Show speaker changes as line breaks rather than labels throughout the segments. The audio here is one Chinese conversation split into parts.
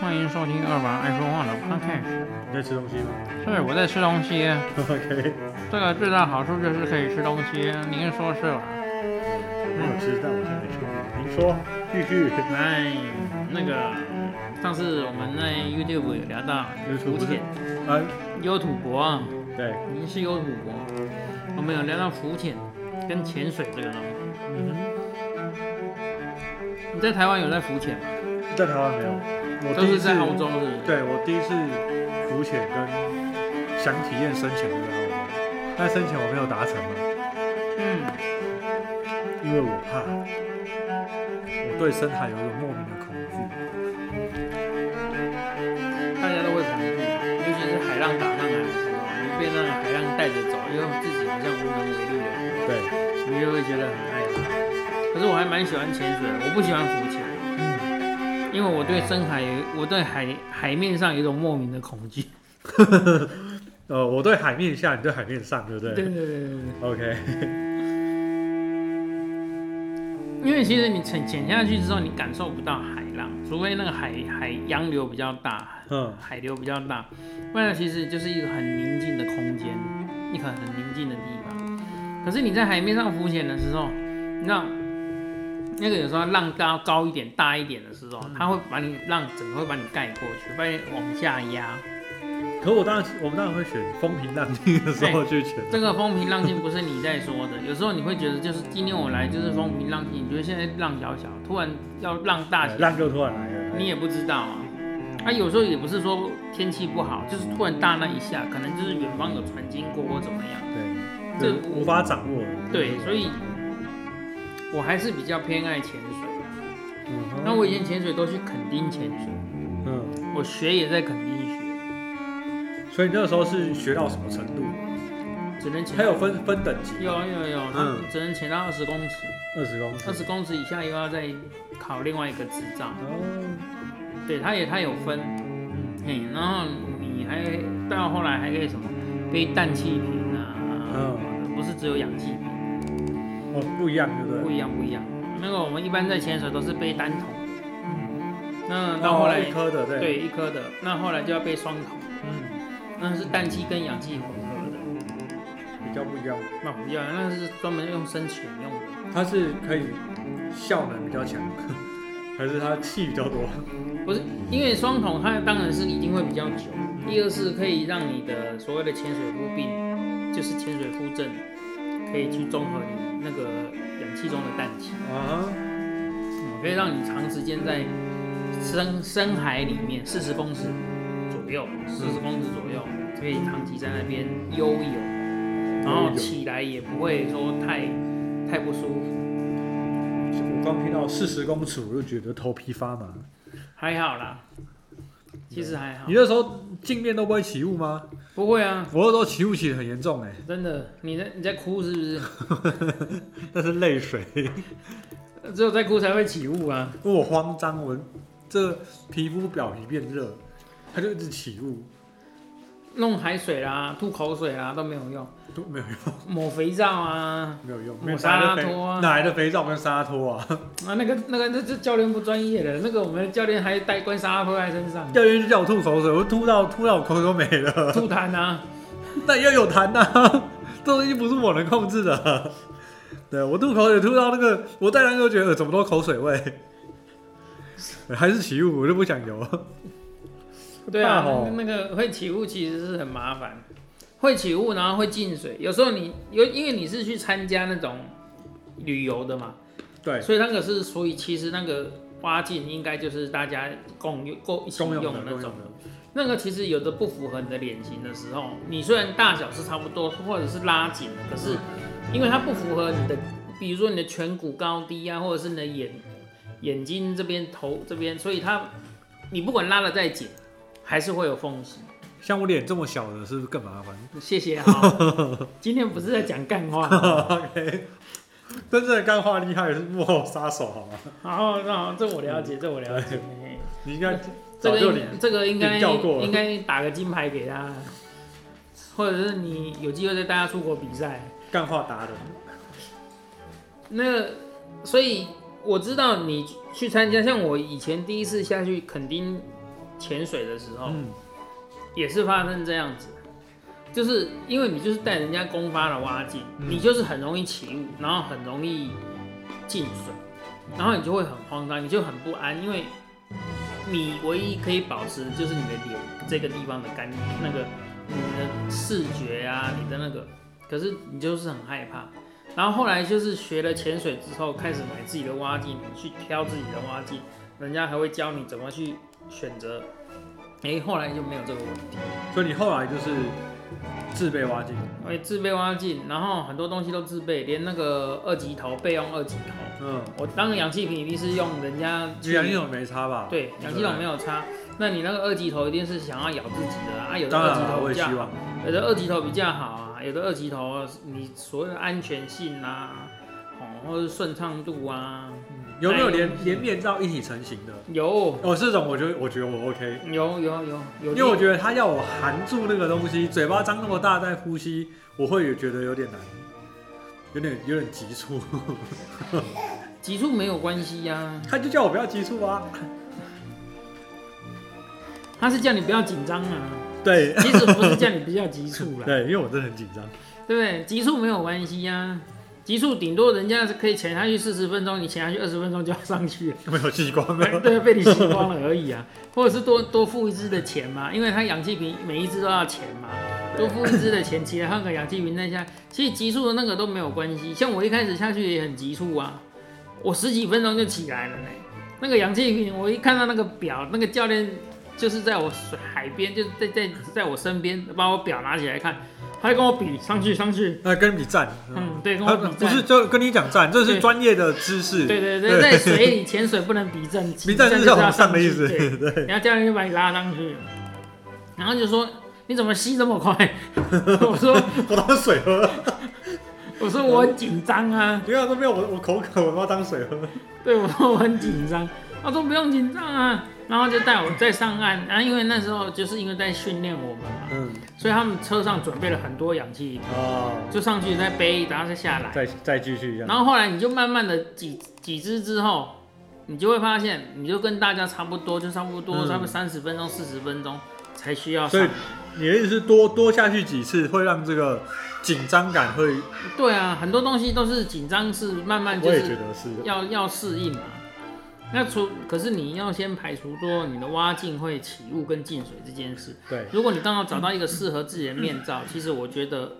欢迎收听二娃爱说话的 podcast。
你在吃东西吗
是我在吃东西，
？OK，
这个最大好处就是可以吃东西。您说是吧？
我有吃，但我现在没吃。您说，继续。
来，那个上次我们在 YouTube 有聊到
YouTube
福
不是
建
啊，
优土国啊，
对，
您是优土国，我们有聊到浮潜跟潜水这个东西。
嗯，
你在台湾有在浮潜吗？
在台湾没有，我
都
第一
是
次
在澳洲是不是？
对我第一次浮潜跟想体验深潜都在澳洲，但深潜我没有达成嘛，
嗯，
因为我怕，我对深海有一种莫名的恐惧。
大家都会恐惧，尤其是海浪打上来的时候，你被那个海浪带着走，因为自己好像无能为力了。
对，
你就会觉得很害怕。可是我还蛮喜欢潜水的，我不喜欢浮潜，
嗯，
因为我对深海有，我对海海面上有一种莫名的恐惧。
呃，我对海面下，你对海面上，对不对？
对对对对对，
OK，
因为其实你潜潜下去之后，你感受不到海浪，除非那个海海洋流比较大，
嗯，
海流比较大，不然其实就是一个很宁静的空间，一个很宁静的地方。可是你在海面上浮潜的时候，你知道那个有时候浪高高一点、大一点的时候，它会把你浪整个会把你盖过去，把你往下压。
可我当然，我们当然会选风平浪静的时候去潜。
这个风平浪静不是你在说的，有时候你会觉得就是今天我来就是风平浪静，你觉得现在浪小小，突然要浪大起来，
浪就突然来了，
你也不知道啊。
嗯
啊，有时候也不是说天气不好，就是突然大那一下，可能就是远方有船经过或怎么样。
对，
这
这无法掌握。
对，所以我还是比较偏爱潜水的。
嗯哼
那我以前潜水都去垦丁潜水，
嗯，
我学也在垦丁学，
所以那时候是学到什么程度？
只能潜
它
到。
有分分等级，
有啊有啊有啊，
嗯
那只能潜到二十公尺，
二十公尺，
二十公尺以下又要再考另外一个执照。
哦，
对，它也它有分，嗯嘿，然后你还到后来还可以什么背氮气瓶啊，
嗯
不是只有氧气瓶，
哦，不一样，对不
不
对？
一样不一样。那个我们一般在潜水都是背单筒，
嗯，
那到后来、
哦一颗的，对，
对一颗的，那后来就要背双筒，
嗯，
那是氮气跟氧气混合的，
比较不一样，
那不一样，那是专门用深潜用的，
它是可以效能比较强， 还是它气比较多？
不是因为双筒它当然是一定会比较久，第二是可以让你的所谓的潜水夫病，就是潜水夫症，可以去综合你那个氧气中的氮气，
啊，
嗯可以让你长时间在深深海里面四十公尺左右，四十公尺左右可以长期在那边悠游，然后起来也不会说太太不舒服，
我刚听到四十公尺，我就觉得头皮发麻。
还好啦，其实还好
你，那时候镜面都不会起雾吗？
不会啊，
我那时候起雾起得很严重哎、
真的，你在你在哭是不是？
那是泪水。
只有在哭才会起雾啊！
因为我慌张，我这皮肤表皮变热，它就一直起雾，
弄海水啦、吐口水啦都没有用，
都没有用，
抹肥皂啊，
没有用。没
抹
有
沙拉
哪来的肥
托啊，
哪来的肥皂跟沙拖啊？ ，
啊那个那个那这教练不专业的，那个我们的教练还带关沙拉泼在身上
教练就叫我吐口水，我吐到吐到我口水都没了，
吐痰啊，
但要有痰呐、啊， 这东西不是我能控制的。 对我吐口水吐到那个，我戴上就觉得呃怎么都口水味， 还是起雾，我就不想游。
对啊
怕，哦
那那个会起雾其实是很麻烦，会起雾然后会进水，有时候你有因为你是去参加那种旅游的嘛，
对，
所以那个是所以其实那个挖镜应该就是大家共用共一起
公
用
用
的
的
那
公用
种
的。。
那个其实有的不符合你的脸型的时候，你虽然大小是差不多，或者是拉紧的，可是因为它不符合你的，比如说你的颧骨高低啊，或者是你的眼眼睛这边头这边，所以它你不管拉的再紧，还是会有缝隙。
像我脸这么小的，是不是更麻烦？
谢谢啊， 今天不是在讲干话，
OK，真正的干话厉害是幕后杀手，好吗？
好，那好，这我了解，这我了解。嘿
你应该
这
早
个
就
应
领
这个应该
领教过了
应该打个金牌给他，或者是你有机会再带他出国比赛。
干话达人。
那所以我知道你去参加，像我以前第一次下去垦丁潜水的时候，
嗯，
也是发生这样子，就是因为你就是带人家公发的蛙镜，
嗯
你就是很容易起雾，然后很容易进水，然后你就会很慌张，你就很不安，因为你唯一可以保持就是你的脸这个地方的干那个你的视觉啊，你的那个，可是你就是很害怕。然后后来就是学了潜水之后，开始买自己的蛙镜，去挑自己的蛙镜，人家还会教你怎么去选择。哎，后来就没有这个问题。
所以你后来就是自备挖镜，
哎，自备蛙镜，然后很多东西都自备，连那个二级头备用二级头。
嗯，
我当然氧气瓶一定是用人家去
氧气筒没差吧？
对，氧气筒没有差。那你那个二级头一定是想要咬自己的啊，啊有的
当
二
然
级
了，
头
我
比
也希
较，
望，
有的二级头比较好啊，有的二级头你所有的安全性啊，哦，或者顺畅度啊，
嗯有没有连连面罩一体成型的？
有
哦，这种我觉得我觉得我 OK，
有有有有，
因为我觉得他要我含住那个东西，嘴巴张那么大在呼吸，我会觉得有点难，有点有点急促。
急促没有关系呀、啊，
他就叫我不要急促啊。
他是叫你不要紧张啊，
对
其实不是叫你不要急促啦。
对，因为我真的很紧张。
对不对？急速没有关系呀、急速顶多人家是可以潜下去四十分钟，你潜下去二十分钟就要上去了，
没有吸光了。
对，被你吸光了而已啊。或者是多多付一支的钱嘛，因为它氧气瓶每一支都要钱嘛，多付一支的钱，其他换个氧气瓶再下。其实急速的那个都没有关系，像我一开始下去也很急促啊，我十几分钟就起来了呢。那个氧气瓶，我一看到那个表，那个教练就是在我水海边，就是在在在我身边，把我表拿起来看，他就跟我比上去上去，
那跟你站，
嗯，对，跟
他
我比
啊不
战
是就跟你讲站，这是
对
专业的知识。
对对对，在 水里潜水不能比战，
比战
就是是要
往上的意
去
思。
对，
对，
然后教练就把你拉上去，然后就说你怎么吸这么快？我说
我当水喝，
我说我很紧张啊，
不要说没有我我口渴，我要当水喝。
对我说我很紧张，他说不用紧张啊，然后就带我再上岸，然后因为那时候就是因为在训练我们嘛，
嗯，
所以他们车上准备了很多氧气，
哦，
就上去再背，然后再下来。
再再继续一下。
然后后来你就慢慢的几几支之后，你就会发现，你就跟大家差不多，就差不多
嗯
差不多三十分钟、四十分钟才需要
所
上
以。你的意思是多多下去几次，会让这个紧张感会？
对啊，很多东西都是紧张，是慢慢就
我也觉
是
得是。
要要适应嘛。那除可是你要先排除说你的蛙镜会起雾跟进水这件事。
对，
如果你刚好找到一个适合自己的面罩，其实我觉得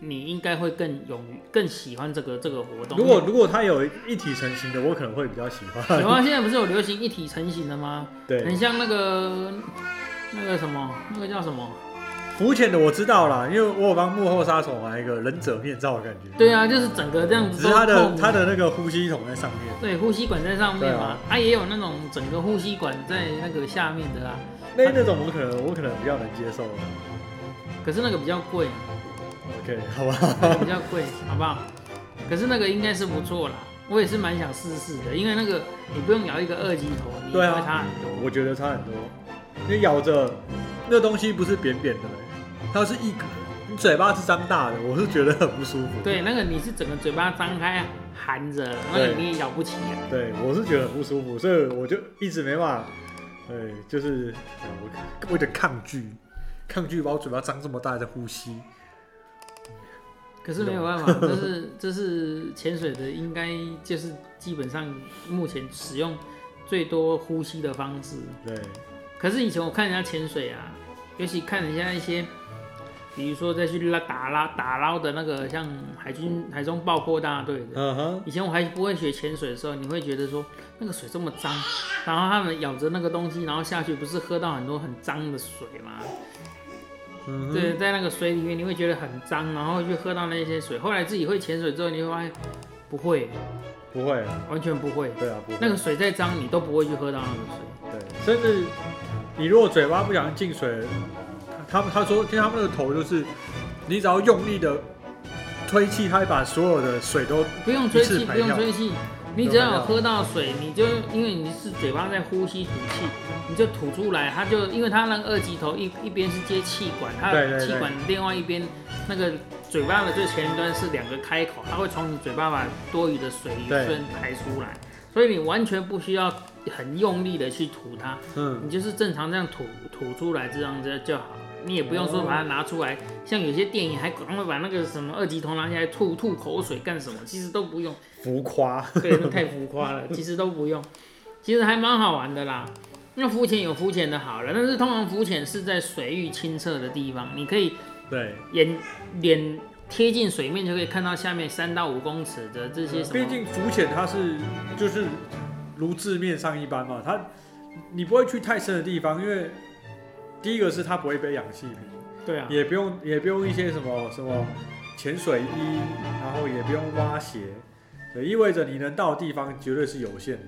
你应该会更勇于、更喜欢这个这个活动。
如果如果它有一体成型的，我可能会比较喜
有
欢。
啊，现在不是有流行一体成型的吗？
对，
很像那个那个什么，那个叫什么？
浮潜的我知道啦，因为我有帮幕后杀手买一个忍者面罩的感觉。
对啊，就是整个这样
只
子
是
都
它
透
的
明
它的那个呼吸筒在上面，
对呼吸管在上面
对
嘛
啊，
它、也有那种整个呼吸管在那个下面的啊，
那那种我可能我可能比较能接受。
可是那个比较贵，
OK，好吧。
那个比较 贵，好不好？可是那个应该是不错啦，我也是蛮想试试的，因为那个你不用咬一个二级头，你
对
会
啊
它很多。
我觉得差很多。你咬着那东西不是扁扁的、它是一个，你嘴巴是张大的，我是觉得很不舒服。
对，那个你是整个嘴巴张开含着，那个
对
你也咬不起来。
对，我是觉得很不舒服，所以我就一直没办法，对，就是呃我我有点抗拒，抗拒把我嘴巴张这么大在呼吸。
可是没有办法，这是这是潜水的，应该就是基本上目前使用最多呼吸的方式。
对，
可是以前我看人家潜水啊，尤其看人家一些，比如说再去拉打捞打捞的那个，像海军海中爆破大队的。
嗯哼，
以前我还不会学潜水的时候，你会觉得说那个水这么脏，然后他们咬着那个东西，然后下去不是喝到很多很脏的水吗？
嗯哼，
对，在那个水里面你会觉得很脏，然后就喝到那些水。后来自己会潜水之后，你会发现不会，
不会，
完全不会。
对啊，不会。
那个水再脏，你都不会去喝到那个水。
对，甚至你如果嘴巴不小心进水，他们他说听他们的头就是，你只要用力的推气，他会把所有的水都
不用吹
一次
气，
排
不用
掉
吹气，你只要有喝到水，你就因为你是嘴巴在呼吸吐气，你就吐出来，它就因为它那个二级头一一边是接气管，它
对对
的
对
气管另外一边那个嘴巴的最前端是两个开口，它会从你嘴巴把多余的水
对
分排出来，所以你完全不需要很用力的去吐它，
嗯，
你就是正常这样吐吐出来这样子就好，你也不用说把它拿出来，像有些电影还赶快把那个什么二级头拿下来吐吐口水干什么，其实都不用，
浮夸，
对，那太浮夸 了，其实都不用，其实还蛮好玩的啦。那浮潜有浮潜的好了，但是通常浮潜是在水域清澈的地方，你可以
对，
眼脸贴近水面就可以看到下面三到五公尺的这些什么，
毕竟浮潜它是就是如字面上一般嘛，它你不会去太深的地方，因为第一个是它不会背氧气瓶，
对啊，
也不用也不用一些什么什么潜水衣，然后也不用蛙鞋，对，意味着你能到的地方绝对是有限的。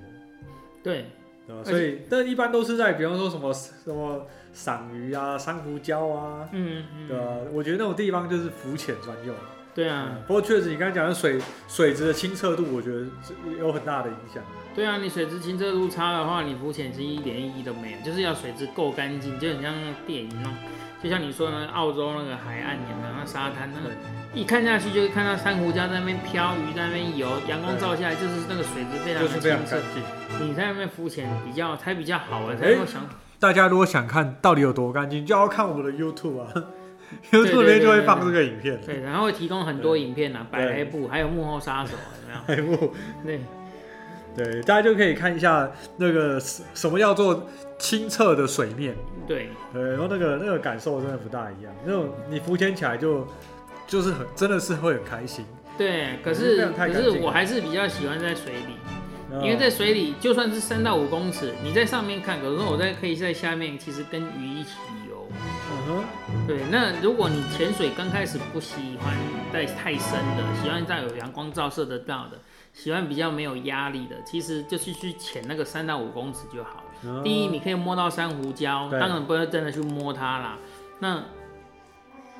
对，
对吧
而且
所以，但一般都是在比方说什么什么赏鱼啊、珊瑚礁啊，
嗯嗯，
对吧、我觉得那种地方就是浮潜专用。嗯
对啊，
不过确实，你刚才讲的水水质的清澈度，我觉得是有很大的影响。
对啊，你水质清澈度差的话，你浮潜是一点意义都没有，就是要水质够干净，就很像那个电影那种，就像你说的那个澳洲那个海岸有没有那沙滩那个，一看下去就会看到珊瑚礁在那边飘，鱼在那边游，阳光照下来就是那个水质非常
就是
的
非常
清澈
干，净。
你在那边浮潜比较才比较好啊玩，才
哎
能够想
大家如果想看到底有多干净，就要看我们的 YouTube 啊
对
，YouTube 里面
对
就会
对
放这个影片。
对，然后会提供很多影片啊，
对
百来部，还有幕后杀手，啊有没 有？
海幕，
对，
对，大家就可以看一下那个什什么叫做清澈的水面。
对，
对，然后那个那个感受真的不大一样，那种你浮潜起来就就是很真的是会很开心，
对。可
这
是
样太
可
干净
是
了
我还是比较喜欢在水里，
嗯
因为在水里就算是三到五公尺，你在上面看，可是我在可以在下面，其实跟鱼一起游。
嗯哼
对，那如果你潜水刚开始不喜欢在太深的，喜欢在有阳光照射得到的，喜欢比较没有压力的，其实就是去潜那个三到五公尺就好了。
嗯
第一，你可以摸到珊瑚礁，
对
当然不要真的去摸它啦。那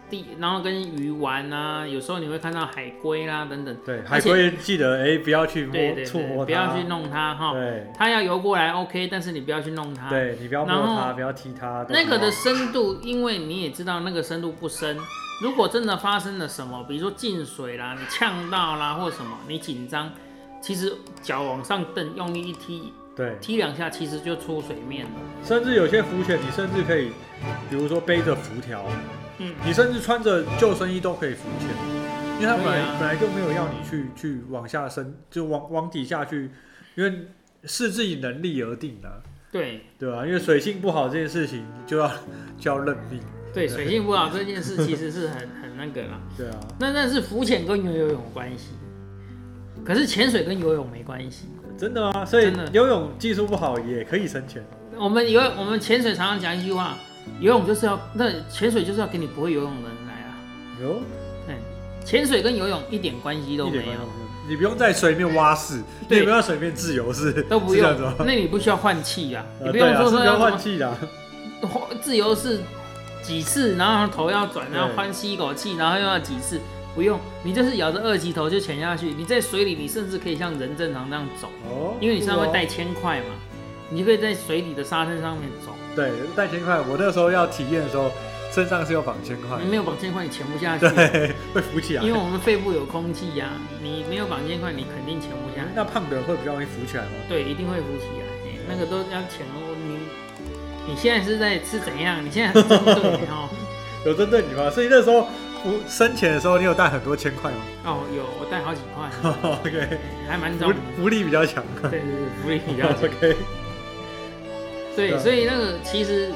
第，然后跟鱼玩啊，有时候你会看到海龟啦等等，
对海
而且
龟记得哎、不要去摸
对对
触摸
对，
它，
不要去弄它哈。
对
它要游过来 OK，但是你不要去弄它。
对，你不要摸
然后
它，不要踢它。都
那
不
个的
要
深度，因为你也知道那个深度不深。如果真的发生了什么，比如说进水啦，你呛到啦，或什么，你紧张，其实脚往上蹬，用力一踢，
对，
踢两下，其实就出水面了。
甚至有些浮潜，你甚至可以，比如说背着浮条，
嗯，
你甚至穿着救生衣都可以浮潜，因为它本来、
可以啊
本来就没有要你去去往下深，就往往底下去，因为是自己能力而定的、
对，
对啊，因为水性不好这件事情就要 就要认命，
对，水性不好这件事其实是很很那个啦。
对啊，
那但是浮潜跟游泳有关系，可是潜水跟游泳没关系。
真的吗？所以
真的
游泳技术不好也可以深潜，
我们游我们潜水常常讲一句话，游泳就是要那潜水就是要给你不会游泳的人来啊。
有
对，潜水跟游泳一点关系都
一点
没
关系
有，
没有你不用在水面蛙式，你
对
也不要水面自由式，
都不
是这
用
样子吗。
那你不需要换气啊，你
呃
不
对
用
啊，
说
是
说
不要
要
换气的啊，
自由式几次，然后头要转，然后
对
换吸一口气，然后又要几次。不用，你就是咬着二级头就潜下去。你在水里，你甚至可以像人正常那样走。
哦，
因为你身上会
是哦
带铅块嘛，你就可以在水里的沙滩上面走。
对带铅块，我那时候要体验的时候，身上是要绑铅块
你，没有绑铅块，你潜不下去，
哎 对，会浮起来
嗯因为。我们肺部有空气呀、你没有绑铅块，你肯定潜不下去。
那胖的会比较容易浮起来吗？
对，一定会浮起来，哎那个都要潜哦。你你现在是在是怎样？你现在很针对哦
有针对你吗？所以那时候浮深潜的时候，你有带很多铅块吗 哦
哦，有我带好几块，
？OK，
哎还蛮重
浮
的。
浮力比较强。
对对对，浮力比较强。
OK，
对，
对
所以那个其实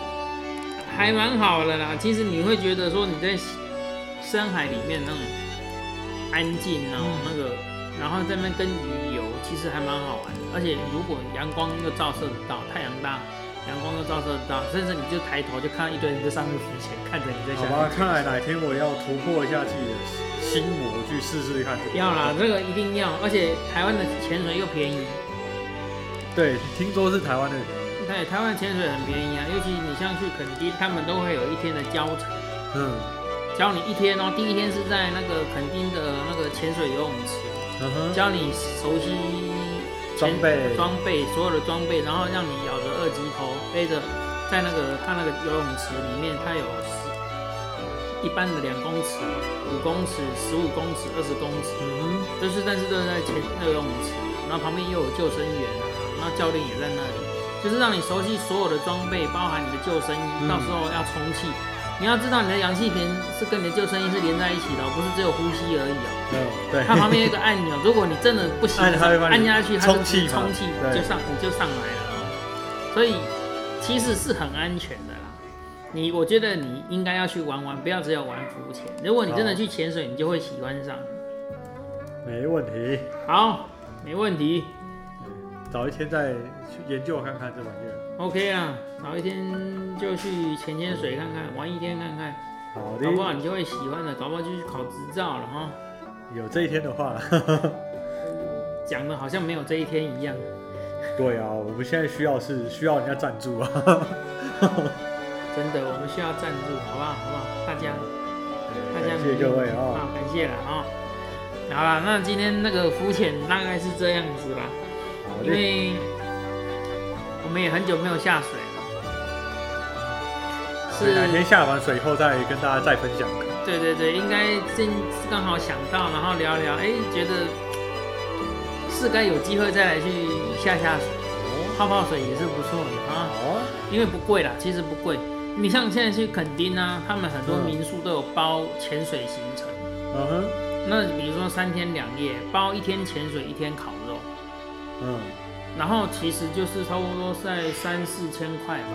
还蛮好的啦。其实你会觉得说你在深海里面那种安静啊，
嗯
那个，然后在那边跟鱼游，其实还蛮好玩的。而且如果阳光又照射得到，太阳大，阳光又照射得到，甚至你就抬头就看到一堆人在上面浮潜，看着你在
好
下
吧，
面。
看来哪天我要突破一下自己的心魔，去试试看。
要啦，这个一啊定要，而且台湾的潜水又便宜。
对，听说是台湾的人，
对，台湾潜水很便宜啊，尤其你像去垦丁，他们都会有一天的教程。
嗯，
教你一天哦，第一天是在那个垦丁的那个潜水游泳池，
嗯哼，
教你熟悉
装备
装备所有的装备，然后让你咬着二级头，背着在那个它那个游泳池里面，它有十一般的两公尺、五公尺、十五公尺、二十公尺，
嗯哼，
就是但是都是在潜那个游泳池，然后旁边又有救生员啊，然后教练也在那里，就是让你熟悉所有的装备，包含你的救生衣，
嗯
到时候要充气。你要知道，你的氧气瓶是跟你的救生衣是连在一起的哦，不是只有呼吸而已哦。
嗯，对，
它旁边有一个按钮，如果你真的不行
按它会，帮你
按下去它就
充气嘛
充气
对
就上你就上来了哦。所以其实是很安全的啦。你我觉得你应该要去玩玩，不要只有玩浮潜。如果你真的
好
去潜水，你就会喜欢上。
没问题。
好，没问题。
找一天再去研究看看这玩意儿。
OK 啊，早一天就去潜潜水看看，玩一天看看，
好
搞不好
的，
你就会喜欢了，搞不好就去考执照了哈。
有这一天的话，
讲的好像没有这一天一样。
对啊，我们现在需要是需要人家赞 助啊。
真的，我们需要赞助，好不好？好不好？大家，大家
感谢各位啊，
啊，感谢了啊。好啦，那今天那个浮潜大概是这样子啦，
好
因
的，
为我们也很久没有下水了。
哪
是
天下完水以后再跟大家再分享。
对对对，应该正刚好想到，然后聊聊，哎，觉得是该有机会再来去下下水，泡泡水也是不错的啊，
好，
因为不贵啦，其实不贵。你像现在去垦丁啊，他们很多
嗯
民宿都有包潜水行程，
嗯哼，
那比如说三天两夜，包一天潜水，一天烤肉，
嗯，
然后其实就是差不多在三四千块吧。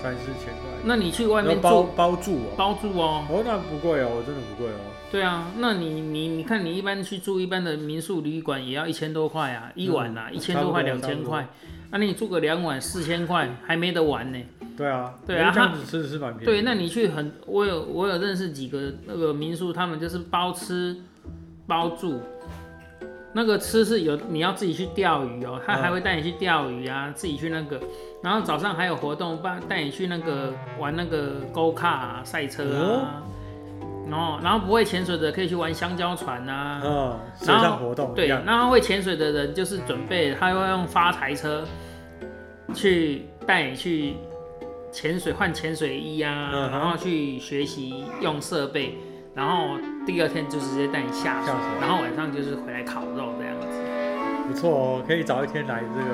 三四千块，
那你去外
那
面
包
住
包住哦，
包住哦，
哦，那不贵哦，真的不贵哦。
对啊，那你你你看，你一般去住一般的民宿旅馆也要一千多块啊，一晚啊，
嗯
一千多块、
差
两
不多
千块，那、你住个两晚四千块，还没得玩呢。
对啊，
对啊
那这样子吃是蛮便宜。
对，那你去很，我有我有认识几个那个民宿，他们就是包吃包住，那个吃是有你要自己去钓鱼哦，他
嗯
还会带你去钓鱼啊，自己去那个，然后早上还有活动，帮带你去那个玩那个 go kart 啊、赛车啊，然后然后不会潜水的可以去玩香蕉船啊。
哦嗯，水上活动一
对，
样，
那会潜水的人就是准备，他会用发财车去带你去潜水，换潜水衣啊，
嗯哼
然后去学习用设备，然后第二天就直接带你下水，
下水
然后晚上就是回来烤肉这样子。
不错哦，可以找一天来这个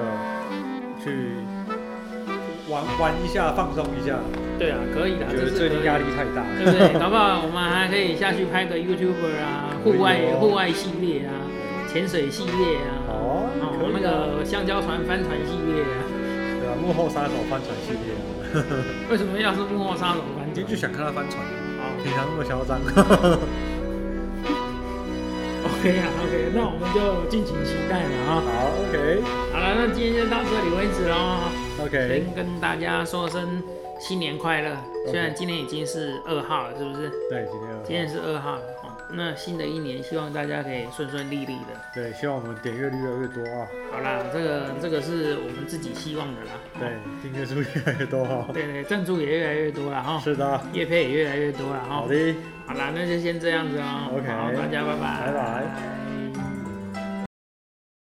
去玩玩一下，放松一下。
对啊，可以的，
觉
这
得
是
最近
可以
压力太大
对不
了。
对？搞不好我们还可以下去拍个 YouTuber 啊，户外
哎呦
户外系列啊，潜水系列啊，
哦，
哦，
可
那
以啊。
个香蕉船帆船系列啊。
对啊，幕后杀手帆船系列啊，
为什么要是幕后杀手环节
你？就想看他翻船，
好
平常那么嚣张。
，OK 啊，OK，那我们就敬请期待了啊。
好
好了，那今天就到这里为止喽。
，OK，OK，
先跟大家说声新年快乐，
OK
虽然今天已经是二号了，是不是？
对，今天有
今天是二号了哦。那新的一年，希望大家可以顺顺利利的。
对，希望我们点阅率越来越多啊，
好啦，这个这个是我们自己希望的啦。
对，订阅数越来越多哈。
对对，赞助也越来越多了哈，
是的，
业配也越来越多了哈
好。的，
好啦，那就先这样子哦。
OK
好，大家拜拜。
拜拜。